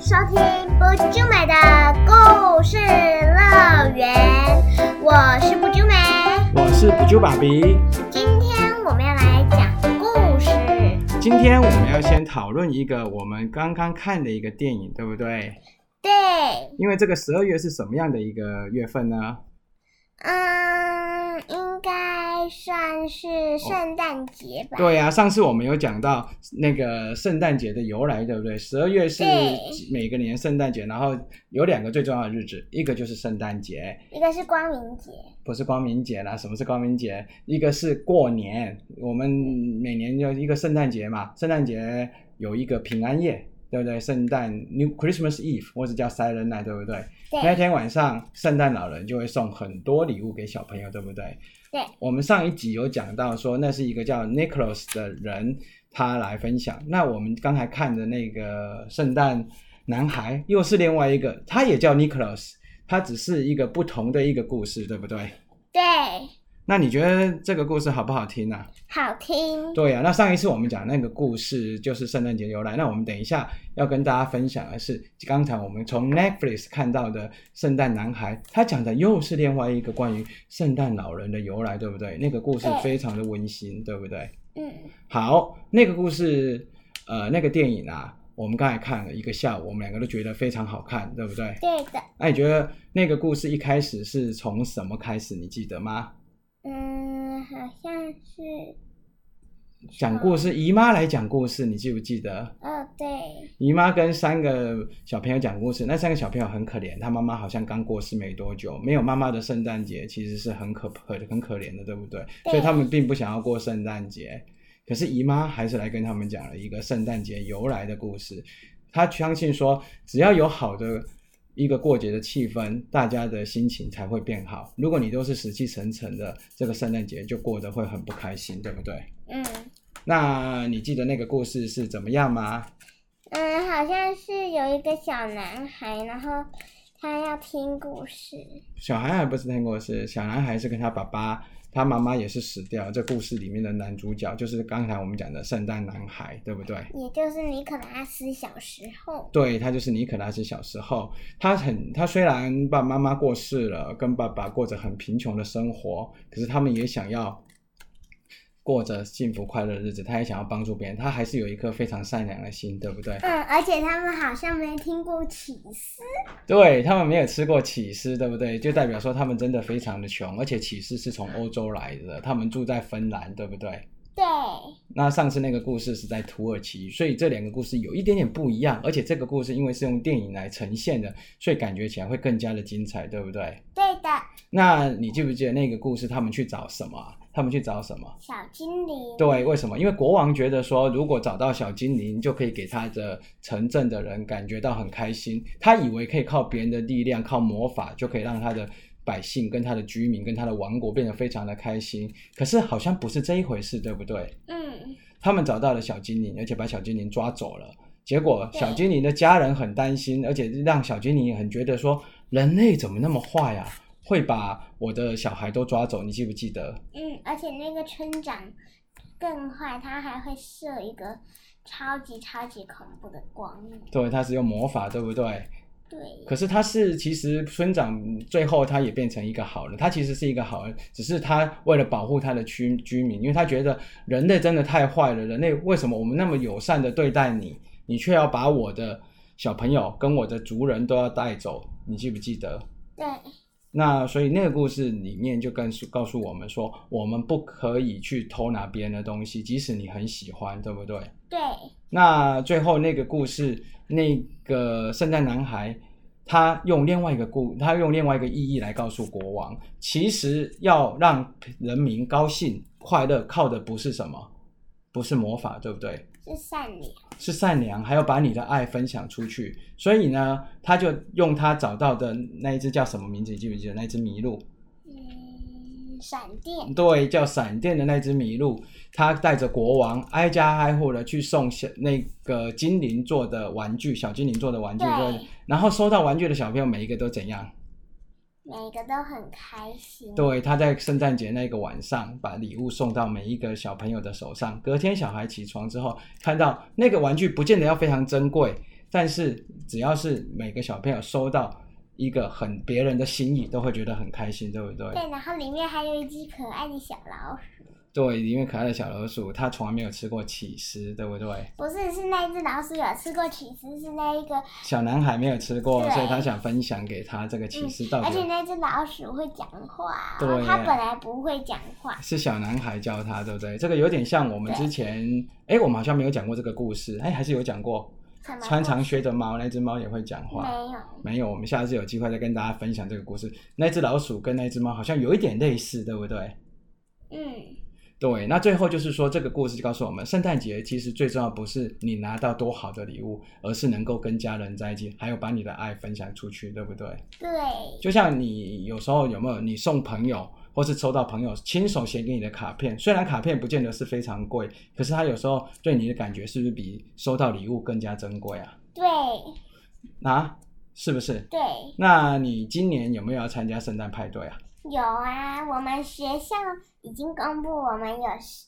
收听不知美的故事乐园，我是不知美。我是不就爸比。今天我们要来讲故事，今天我们要先讨论一个我们刚刚看的一个电影，对不对？对，因为这个十二月是什么样的一个月份呢？嗯，应该算是圣诞节吧。对呀、上次我们有讲到那个圣诞节的由来，对不对？十二月是对每个年圣诞节，然后有两个最重要的日子，一个就是圣诞节，一个是光明节，不是光明节啦。什么是光明节？一个是过年，我们每年就一个圣诞节嘛，圣诞节有一个平安夜，对不对？圣诞 New Christmas Eve 或者叫 Silent Night，对不对？那对天晚上，圣诞老人就会送很多礼物给小朋友，对不对？对。我们上一集有讲到说，那是一个叫 Nicholas 的人，他来分享。那我们刚才看的那个圣诞男孩，又是另外一个，他也叫 Nicholas，他只是一个不同的一个故事，对不对？对，那你觉得这个故事好不好听啊？好听。对啊呀、那上一次我们讲那个故事就是圣诞节由来，那我们等一下要跟大家分享的是，刚才我们从 Netflix 看到的《圣诞男孩》，他讲的又是另外一个关于圣诞老人的由来，对不对？那个故事对非常的温馨，对不对？嗯，好，那个故事，呃，那个电影啊，我们刚才看了一个下午，我们两个都觉得非常好看，对不对？对的。那你觉得那个故事一开始是从什么开始？你记得吗？嗯，好像是，讲故事，姨妈来讲故事，你记不记得？哦，对，姨妈跟三个小朋友讲故事，那三个小朋友很可怜，他妈妈好像刚过世没多久，没有妈妈的圣诞节其实是很可很很可怜的，对不对？对所以他们并不想要过圣诞节，可是姨妈还是来跟他们讲了一个圣诞节由来的故事。她相信说，只要有好的一个过节的气氛，大家的心情才会变好。如果你都是死气沉沉的，这个圣诞节就过得会很不开心，对不对？嗯那你记得那个故事是怎么样吗？嗯，好像是有一个小男孩，然后他要听故事，小孩还不是听过是小男孩是跟他爸爸，他妈妈也是死掉。这故事里面的男主角就是刚才我们讲的圣诞男孩，对不对？也就是尼可拉斯小时候。对，他就是尼可拉斯。小时候，他很他虽然爸妈妈过世了，跟爸爸过着很贫穷的生活，可是他们也想要过着幸福快乐的日子。他也想要帮助别人，他还是有一颗非常善良的心，对不对？嗯，而且他们好像没听过起司。对他们没有吃过起司，对不对？就代表说他们真的非常的穷，而且起司是从欧洲来的，他们住在芬兰，对不对？对，那上次那个故事是在土耳其，所以这两个故事有一点点不一样，而且这个故事因为是用电影来呈现的，所以感觉起来会更加的精彩，对不对？对的，那你记不记得那个故事他们去找什么啊？他们去找什么？小精灵。对，为什么？因为国王觉得说，如果找到小精灵，就可以给他的城镇的人感觉到很开心。他以为可以靠别人的力量，靠魔法，就可以让他的百姓、跟他的居民、跟他的王国变得非常的开心。可是好像不是这一回事，对不对？嗯，他们找到了小精灵，而且把小精灵抓走了。结果对小精灵的家人很担心，而且让小精灵也很觉得说，人类怎么那么坏呀、会把我的小孩都抓走，你记不记得？嗯，而且那个村长更坏，他还会射一个超级超级恐怖的光。对，他是用魔法，对不对？对，可是他是其实村长最后他也变成一个好人，他其实是一个好人，只是他为了保护他的居居民，因为他觉得人类真的太坏了，人类为什么我们那么友善的对待你，你却要把我的小朋友跟我的族人都要带走，你记不记得？对，那所以那个故事里面就告诉告诉我们说，我们不可以去偷拿别人的东西，即使你很喜欢，对不对？对，那最后那个故事，那个圣诞男孩，他用另外一个故，他用另外一个意义来告诉国王，其实要让人民高兴快乐，靠的不是什么，不是魔法，对不对？是善良。是善良，还要把你的爱分享出去。所以呢，他就用他找到的那一只叫什么名字？你记不记得？那一只麋鹿，嗯，闪电。对，叫闪电的那只麋鹿，它带着国王挨家挨户的去送小那个精灵做的玩具，小精灵做的玩具，对对然后收到玩具的小朋友每一个都怎样？每个都很开心。对，他在圣诞节那个晚上把礼物送到每一个小朋友的手上。隔天小孩起床之后，看到那个玩具不见得要非常珍贵，但是只要是每个小朋友收到一个很别人的心意，都会觉得很开心，对不对？对，然后里面还有一只可爱的小老鼠，对，因为可爱的小老鼠，它从来没有吃过起司，对不对？不是是那只老鼠有吃过起司，是那一个，小男孩没有吃过，对嗯所以他想分享给他这个起司到而且底那只老鼠会讲话，嗯哦对它本来不会讲话，是小男孩教他，对不对？这个有点像我们之前，哎，我们好像没有讲过这个故事，哎，还是有讲过。什么穿长靴的猫，那只猫也会讲话。没有，没有，我们下次有机会再跟大家分享这个故事。那只老鼠跟那只猫好像有一点类似，对不对？嗯，对，那最后就是说，这个故事就告诉我们，圣诞节其实最重要不是你拿到多好的礼物，而是能够跟家人在一起，还有把你的爱分享出去，对不对？对，就像你有时候有没有，你送朋友，或是抽到朋友亲手写给你的卡片，虽然卡片不见得是非常贵，可是它有时候对你的感觉是不是比收到礼物更加珍贵啊？对，啊，是不是？对，那你今年有没有要参加圣诞派对啊？有啊，我们学校已经公布我们有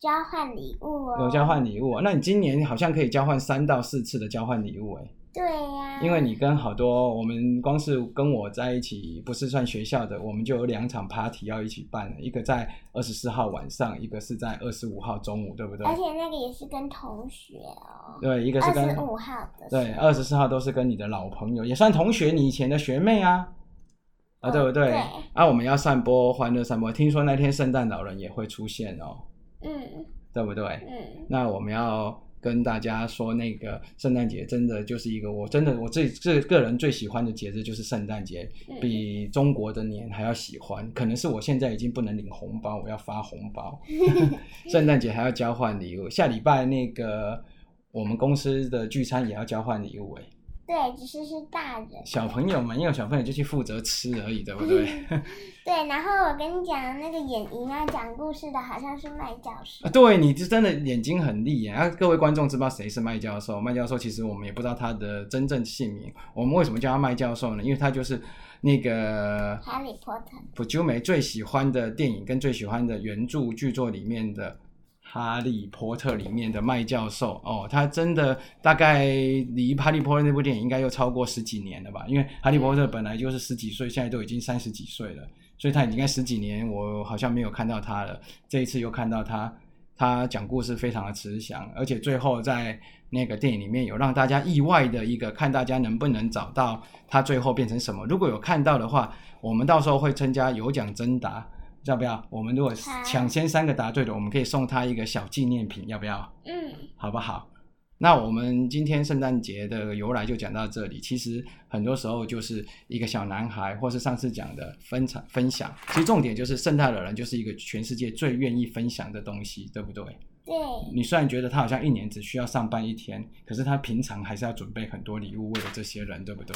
交换礼物哦，有交，换礼物、啊，那你今年好像可以交换三到四次的交换礼物哎、对呀、因为你跟好多我们光是跟我在一起，不是算学校的，我们就有两场 party 要一起办了，一个在二十四号晚上，一个是在二十五号中午，对不对？而且那个也是跟同学哦，对，一个是二跟十五号的，对，啊二十四号都是跟你的老朋友，也算同学，你以前的学妹啊，啊，嗯对不对？对啊，我们要散播欢乐散播，听说那天圣诞老人也会出现哦，嗯对不对？嗯，那我们要跟大家说，那个圣诞节真的就是一个我真的我自己这个人最喜欢的节日就是圣诞节，嗯比中国的年还要喜欢。可能是我现在已经不能领红包，我要发红包。圣诞节还要交换礼物，下礼拜那个我们公司的聚餐也要交换礼物、欸，对，只是是大人，小朋友们，因为小朋友就去负责吃而已，对不对？ 对，然后我跟你讲，那个演姨啊，讲故事的好像是麦教授啊，，对，你这真的眼睛很利眼啊！各位观众知不知道谁是麦教授？麦教授其实我们也不知道他的真正姓名。我们为什么叫他麦教授呢？因为他就是那个哈利波特，普鸠梅最喜欢的电影跟最喜欢的原著剧作里面的《哈利波特》里面的麦教授哦，他真的大概离《哈利波特》那部电影应该又超过十几年了吧？因为《哈利波特》本来就是十几岁，现在都已经三十几岁了，所以他已经十几年，我好像没有看到他了。这一次又看到他，他讲故事非常的慈祥，而且最后在那个电影里面有让大家意外的一个，看大家能不能找到他最后变成什么。如果有看到的话，我们到时候会参加有奖征答，要不要？我们如果好抢先三个答对的，我们可以送他一个小纪念品，要不要？嗯，好不好？那我们今天圣诞节的由来就讲到这里。其实很多时候就是一个小男孩，或是上次讲的分享分享。其实重点就是圣诞老人就是一个全世界最愿意分享的东西，对不对？对，你虽然觉得他好像一年只需要上班一天，可是他平常还是要准备很多礼物为了这些人，对不对？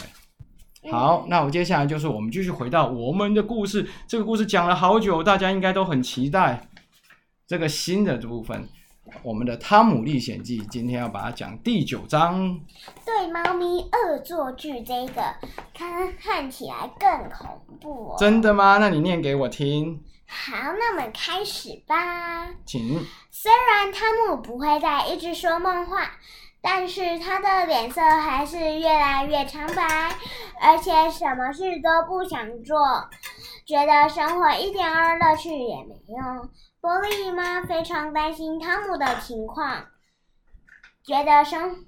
嗯好，那我接下来就是我们继续回到我们的故事。这个故事讲了好久，大家应该都很期待这个新的部分。我们的《汤姆历险记》今天要把它讲第九章，对猫咪恶作剧这个，看看起来更恐怖哦。真的吗？那你念给我听，好，那我们开始吧。请。虽然汤姆不会再一直说梦话，但是他的脸色还是越来越苍白，而且什么事都不想做，觉得生活一点儿乐趣也没有。波利姨妈非常担心汤姆的情况，觉得生，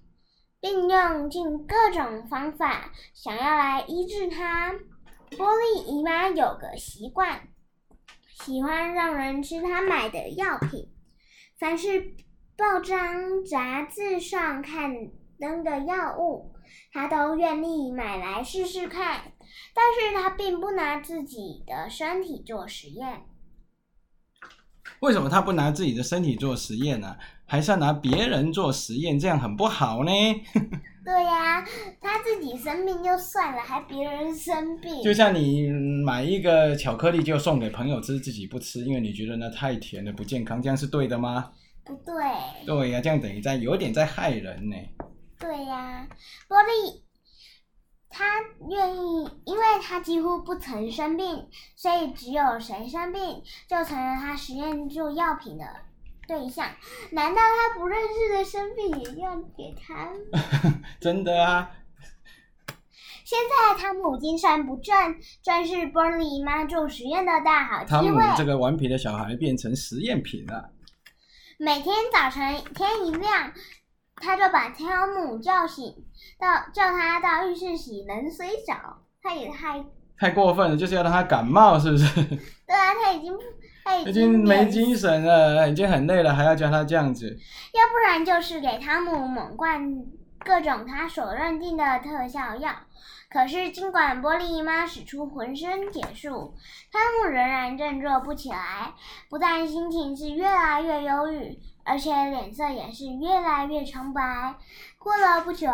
并用尽各种方法想要来医治他。波利姨妈有个习惯，喜欢让人吃她买的药品。凡是报章杂志上刊登的药物，他都愿意买来试试看。但是他并不拿自己的身体做实验，为什么他不拿自己的身体做实验呢、还是要拿别人做实验？这样很不好呢。对呀、他自己生病就算了，还别人生病，就像你买一个巧克力就送给朋友吃，自己不吃，因为你觉得那太甜了，不健康，这样是对的吗？不对。对呀、这样等于在有点在害人呢。对呀、波利他愿意，因为他几乎不曾生病，所以只有谁生病就成了他实验做药品的对象。难道他不认识的生病也要给他？真的啊，现在汤姆精神不振，正是波利姨妈做实验的大好汤机姆会。这个顽皮的小孩变成实验品了。每天早晨天一亮，他就把汤姆叫醒，到叫他到浴室洗冷水澡。他也太太过分了，就是要让他感冒，是不是？ 对啊，他已经他已已经没免精神了，已经很累了，还要教他这样子。要不然就是给汤姆猛灌各种他所认定的特效药。可是，尽管玻璃姨妈使出浑身解数，汤姆仍然振作不起来，不但心情是越来越忧郁，而且脸色也是越来越苍白。过了不久，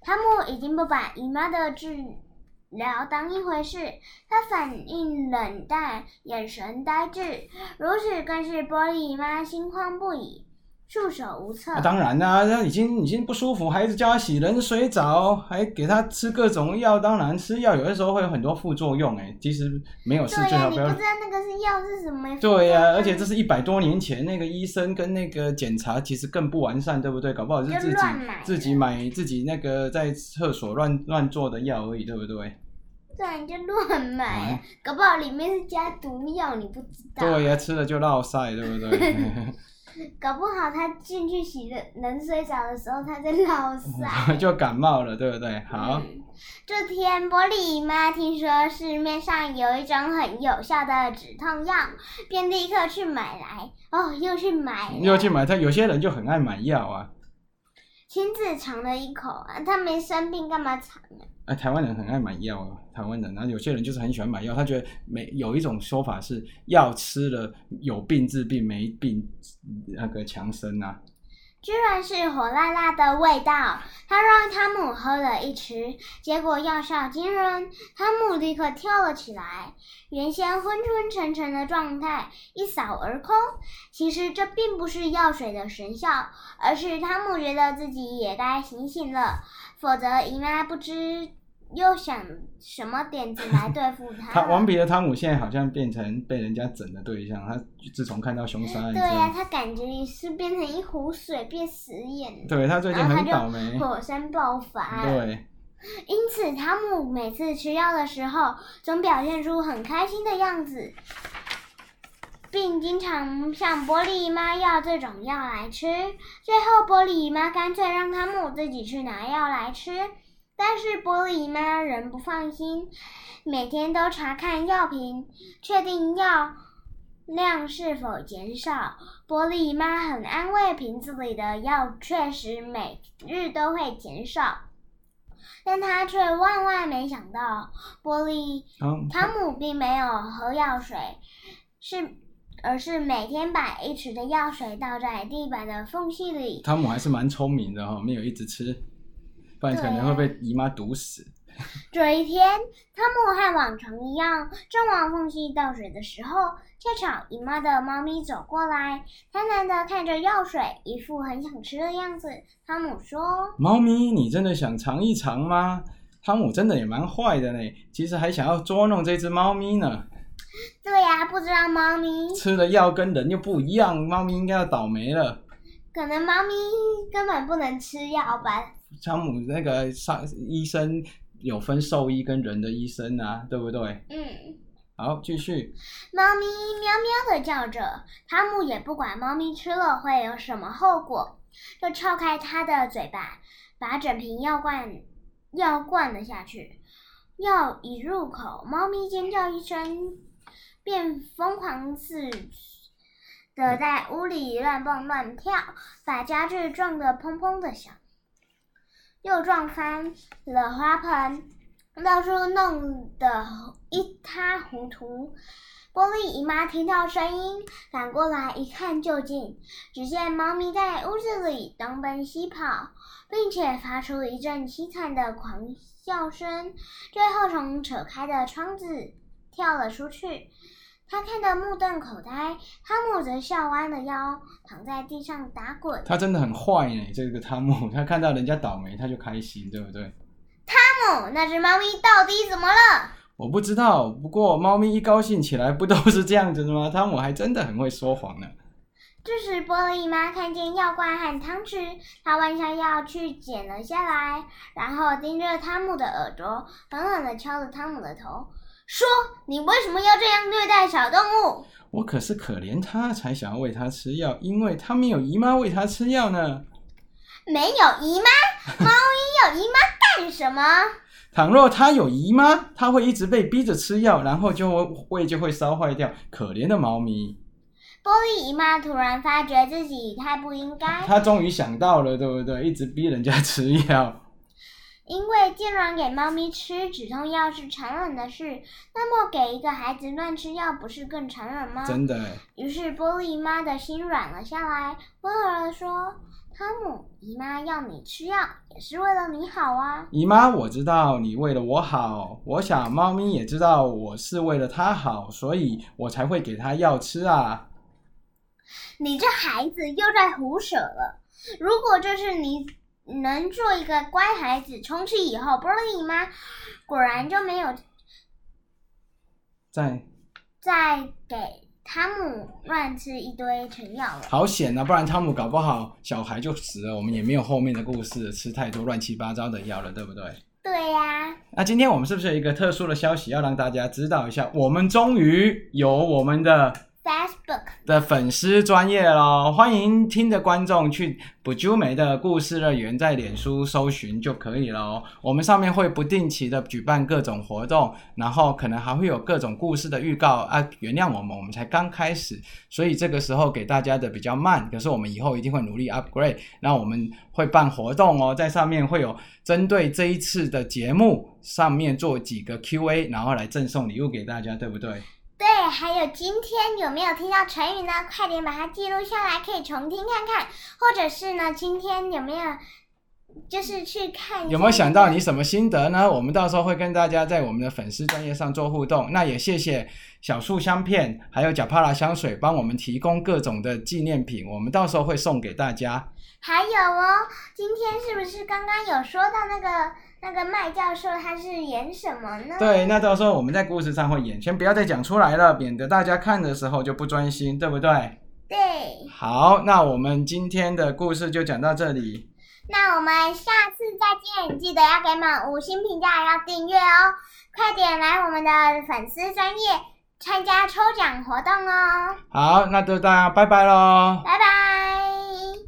汤姆已经不把姨妈的治疗当一回事，他反应冷淡，眼神呆滞，如此更是玻璃姨妈心慌不已，束手无策。啊、当然啦、他已经已经不舒服，还一直叫他洗冷水澡，还给他吃各种药。当然，吃药有的时候会有很多副作用、哎，其实没有事对最呀、好你不不要知。道那个是药是什么？ 对呀、而且这是一百多年前那个医生跟那个检查其实更不完善，对不对？搞不好是就自己乱买的自己买自己那个在厕所乱乱做的药而已，对不对？对啊，你就乱买啊，搞不好里面是加毒药，你不知道。嗯对呀、吃了就落晒，对不 对？搞不好他进去洗冷冷水澡的时候，他在落腮。就感冒了，对不对？嗯好。嗯这天，玻璃姨妈听说市面上有一种很有效的止痛药，便立刻去买来。哦，又去买了，又去买它，有些人就很爱买药啊，亲自尝了一口啊！他没生病，干嘛尝啊？哎，台湾人很爱买药啊，台湾人，然后有些人就是很喜欢买药，他觉得没有一种说法是药吃了有病治病，没病那个强身啊，居然是火辣辣的味道，他让汤姆喝了一池，结果药效惊人，汤姆立刻跳了起来。原先昏昏沉沉的状态一扫而空。其实这并不是药水的神效，而是汤姆觉得自己也该醒醒了，否则姨妈不知又想什么点子来对付他他了。顽皮的汤姆现在好像变成被人家整的对象，他自从看到凶杀案对啊之呀、后，他感觉也是变成一壶水，变死眼，对他最近然后他很就倒霉，火山爆发。对，因此，汤姆每次吃药的时候，总表现出很开心的样子，并经常向玻璃姨妈要这种药来吃。最后，玻璃姨妈干脆让汤姆自己去拿药来吃，但是玻璃姨妈仍不放心，每天都查看药瓶，确定药量是否减少。玻璃姨妈很安慰，瓶子里的药确实每日都会减少。但他却万万没想到，玻璃然后汤姆并没有喝药水，是而是每天把一池的药水倒在地板的缝隙里。汤姆还是蛮聪明的哈、没有一直吃，不然可能会被姨妈毒死。这一天，汤姆和往常一样，正往缝隙倒水的时候，恰巧姨妈的猫咪走过来，贪婪的看着药水，一副很想吃的样子。汤姆说。猫咪，你真的想尝一尝吗？汤姆真的也蛮坏的呢，其实还想要捉弄这只猫咪呢。对呀、不知道猫咪，吃的药跟人又不一样，猫咪应该要倒霉了。可能猫咪根本不能吃药吧？汤姆那个上医生有分兽医跟人的医生啊，对不对？嗯。好，继续。猫咪喵喵的叫着，汤姆也不管猫咪吃了会有什么后果，就撬开它的嘴巴，把整瓶药罐药灌了下去。药一入口，猫咪尖叫一声，便疯狂似的在屋里乱蹦乱跳，把家具撞得砰砰的响，又撞翻了花盆，到处弄得一塌糊涂。玻璃姨妈听到声音，赶过来一看究竟，只见猫咪在屋子里东奔西跑，并且发出一阵凄惨的狂笑声，最后从扯开的窗子跳了出去。她看得目瞪口呆，汤姆则笑弯了腰，躺在地上打滚。他真的很坏呢，这个汤姆，他看到人家倒霉他就开心，对不对？汤姆，哦那只猫咪到底怎么了？我不知道，不过猫咪一高兴起来不都是这样子的吗？汤姆还真的很会说谎呢。这时，波璃妈看见药罐和汤匙，她弯下腰去捡了下来，然后盯着汤姆的耳朵，狠狠地敲了汤姆的头，说：“你为什么要这样对待小动物？我可是可怜他，才想要喂他吃药，因为他没有姨妈喂他吃药呢。没有姨妈，猫咪有姨妈干什么？”倘若他有姨妈，他会一直被逼着吃药，然后就会胃就会烧坏掉。可怜的猫咪，波璃姨妈突然发觉自己太不应该，他终于想到了，对不对？一直逼人家吃药，因为既然给猫咪吃止痛药是残忍的事，那么给一个孩子乱吃药不是更残忍吗？真的。欸于是波璃姨妈的心软了下来，温和地说：“汤姆，姨妈要你吃药也是为了你好啊。姨妈，我知道你为了我好，我想猫咪也知道我是为了它好，所以我才会给它药吃啊。你这孩子又在胡扯了。如果这是你能做一个乖孩子，从此以后波璃姨妈果然就没有在再给汤姆乱吃一堆成药了。好险啊，不然汤姆搞不好小孩就死了，我们也没有后面的故事，吃太多乱七八糟的药了，对不对？对呀、那今天我们是不是有一个特殊的消息要让大家知道一下？我们终于有我们的 Facebook 的粉丝专业喽，欢迎听的观众去补啾梅的故事乐园，在脸书搜寻就可以喽。我们上面会不定期的举办各种活动，然后可能还会有各种故事的预告啊。原谅我们，我们才刚开始，所以这个时候给大家的比较慢，可是我们以后一定会努力 upgrade。那我们会办活动哦，在上面会有针对这一次的节目上面做几个 Q&A，然后来赠送礼物给大家，对不对？对，还有今天有没有听到成语呢？快点把它记录下来，可以重听看看，或者是呢，今天有没有就是去看一下有没有想到你什么心得呢？我们到时候会跟大家在我们的粉丝专业上做互动。那也谢谢小树香片还有贾帕拉香水帮我们提供各种的纪念品，我们到时候会送给大家。还有哦，今天是不是刚刚有说到那个那个麦教授他是演什么呢？对，那到时候我们在故事上会演，先不要再讲出来了，免得大家看的时候就不专心，对不对？对，好，那我们今天的故事就讲到这里，那我们下次再见，记得要给我们五星评价，要订阅哦，快点来我们的粉丝专业参加抽奖活动哦，好，那就大家拜拜喽。拜拜。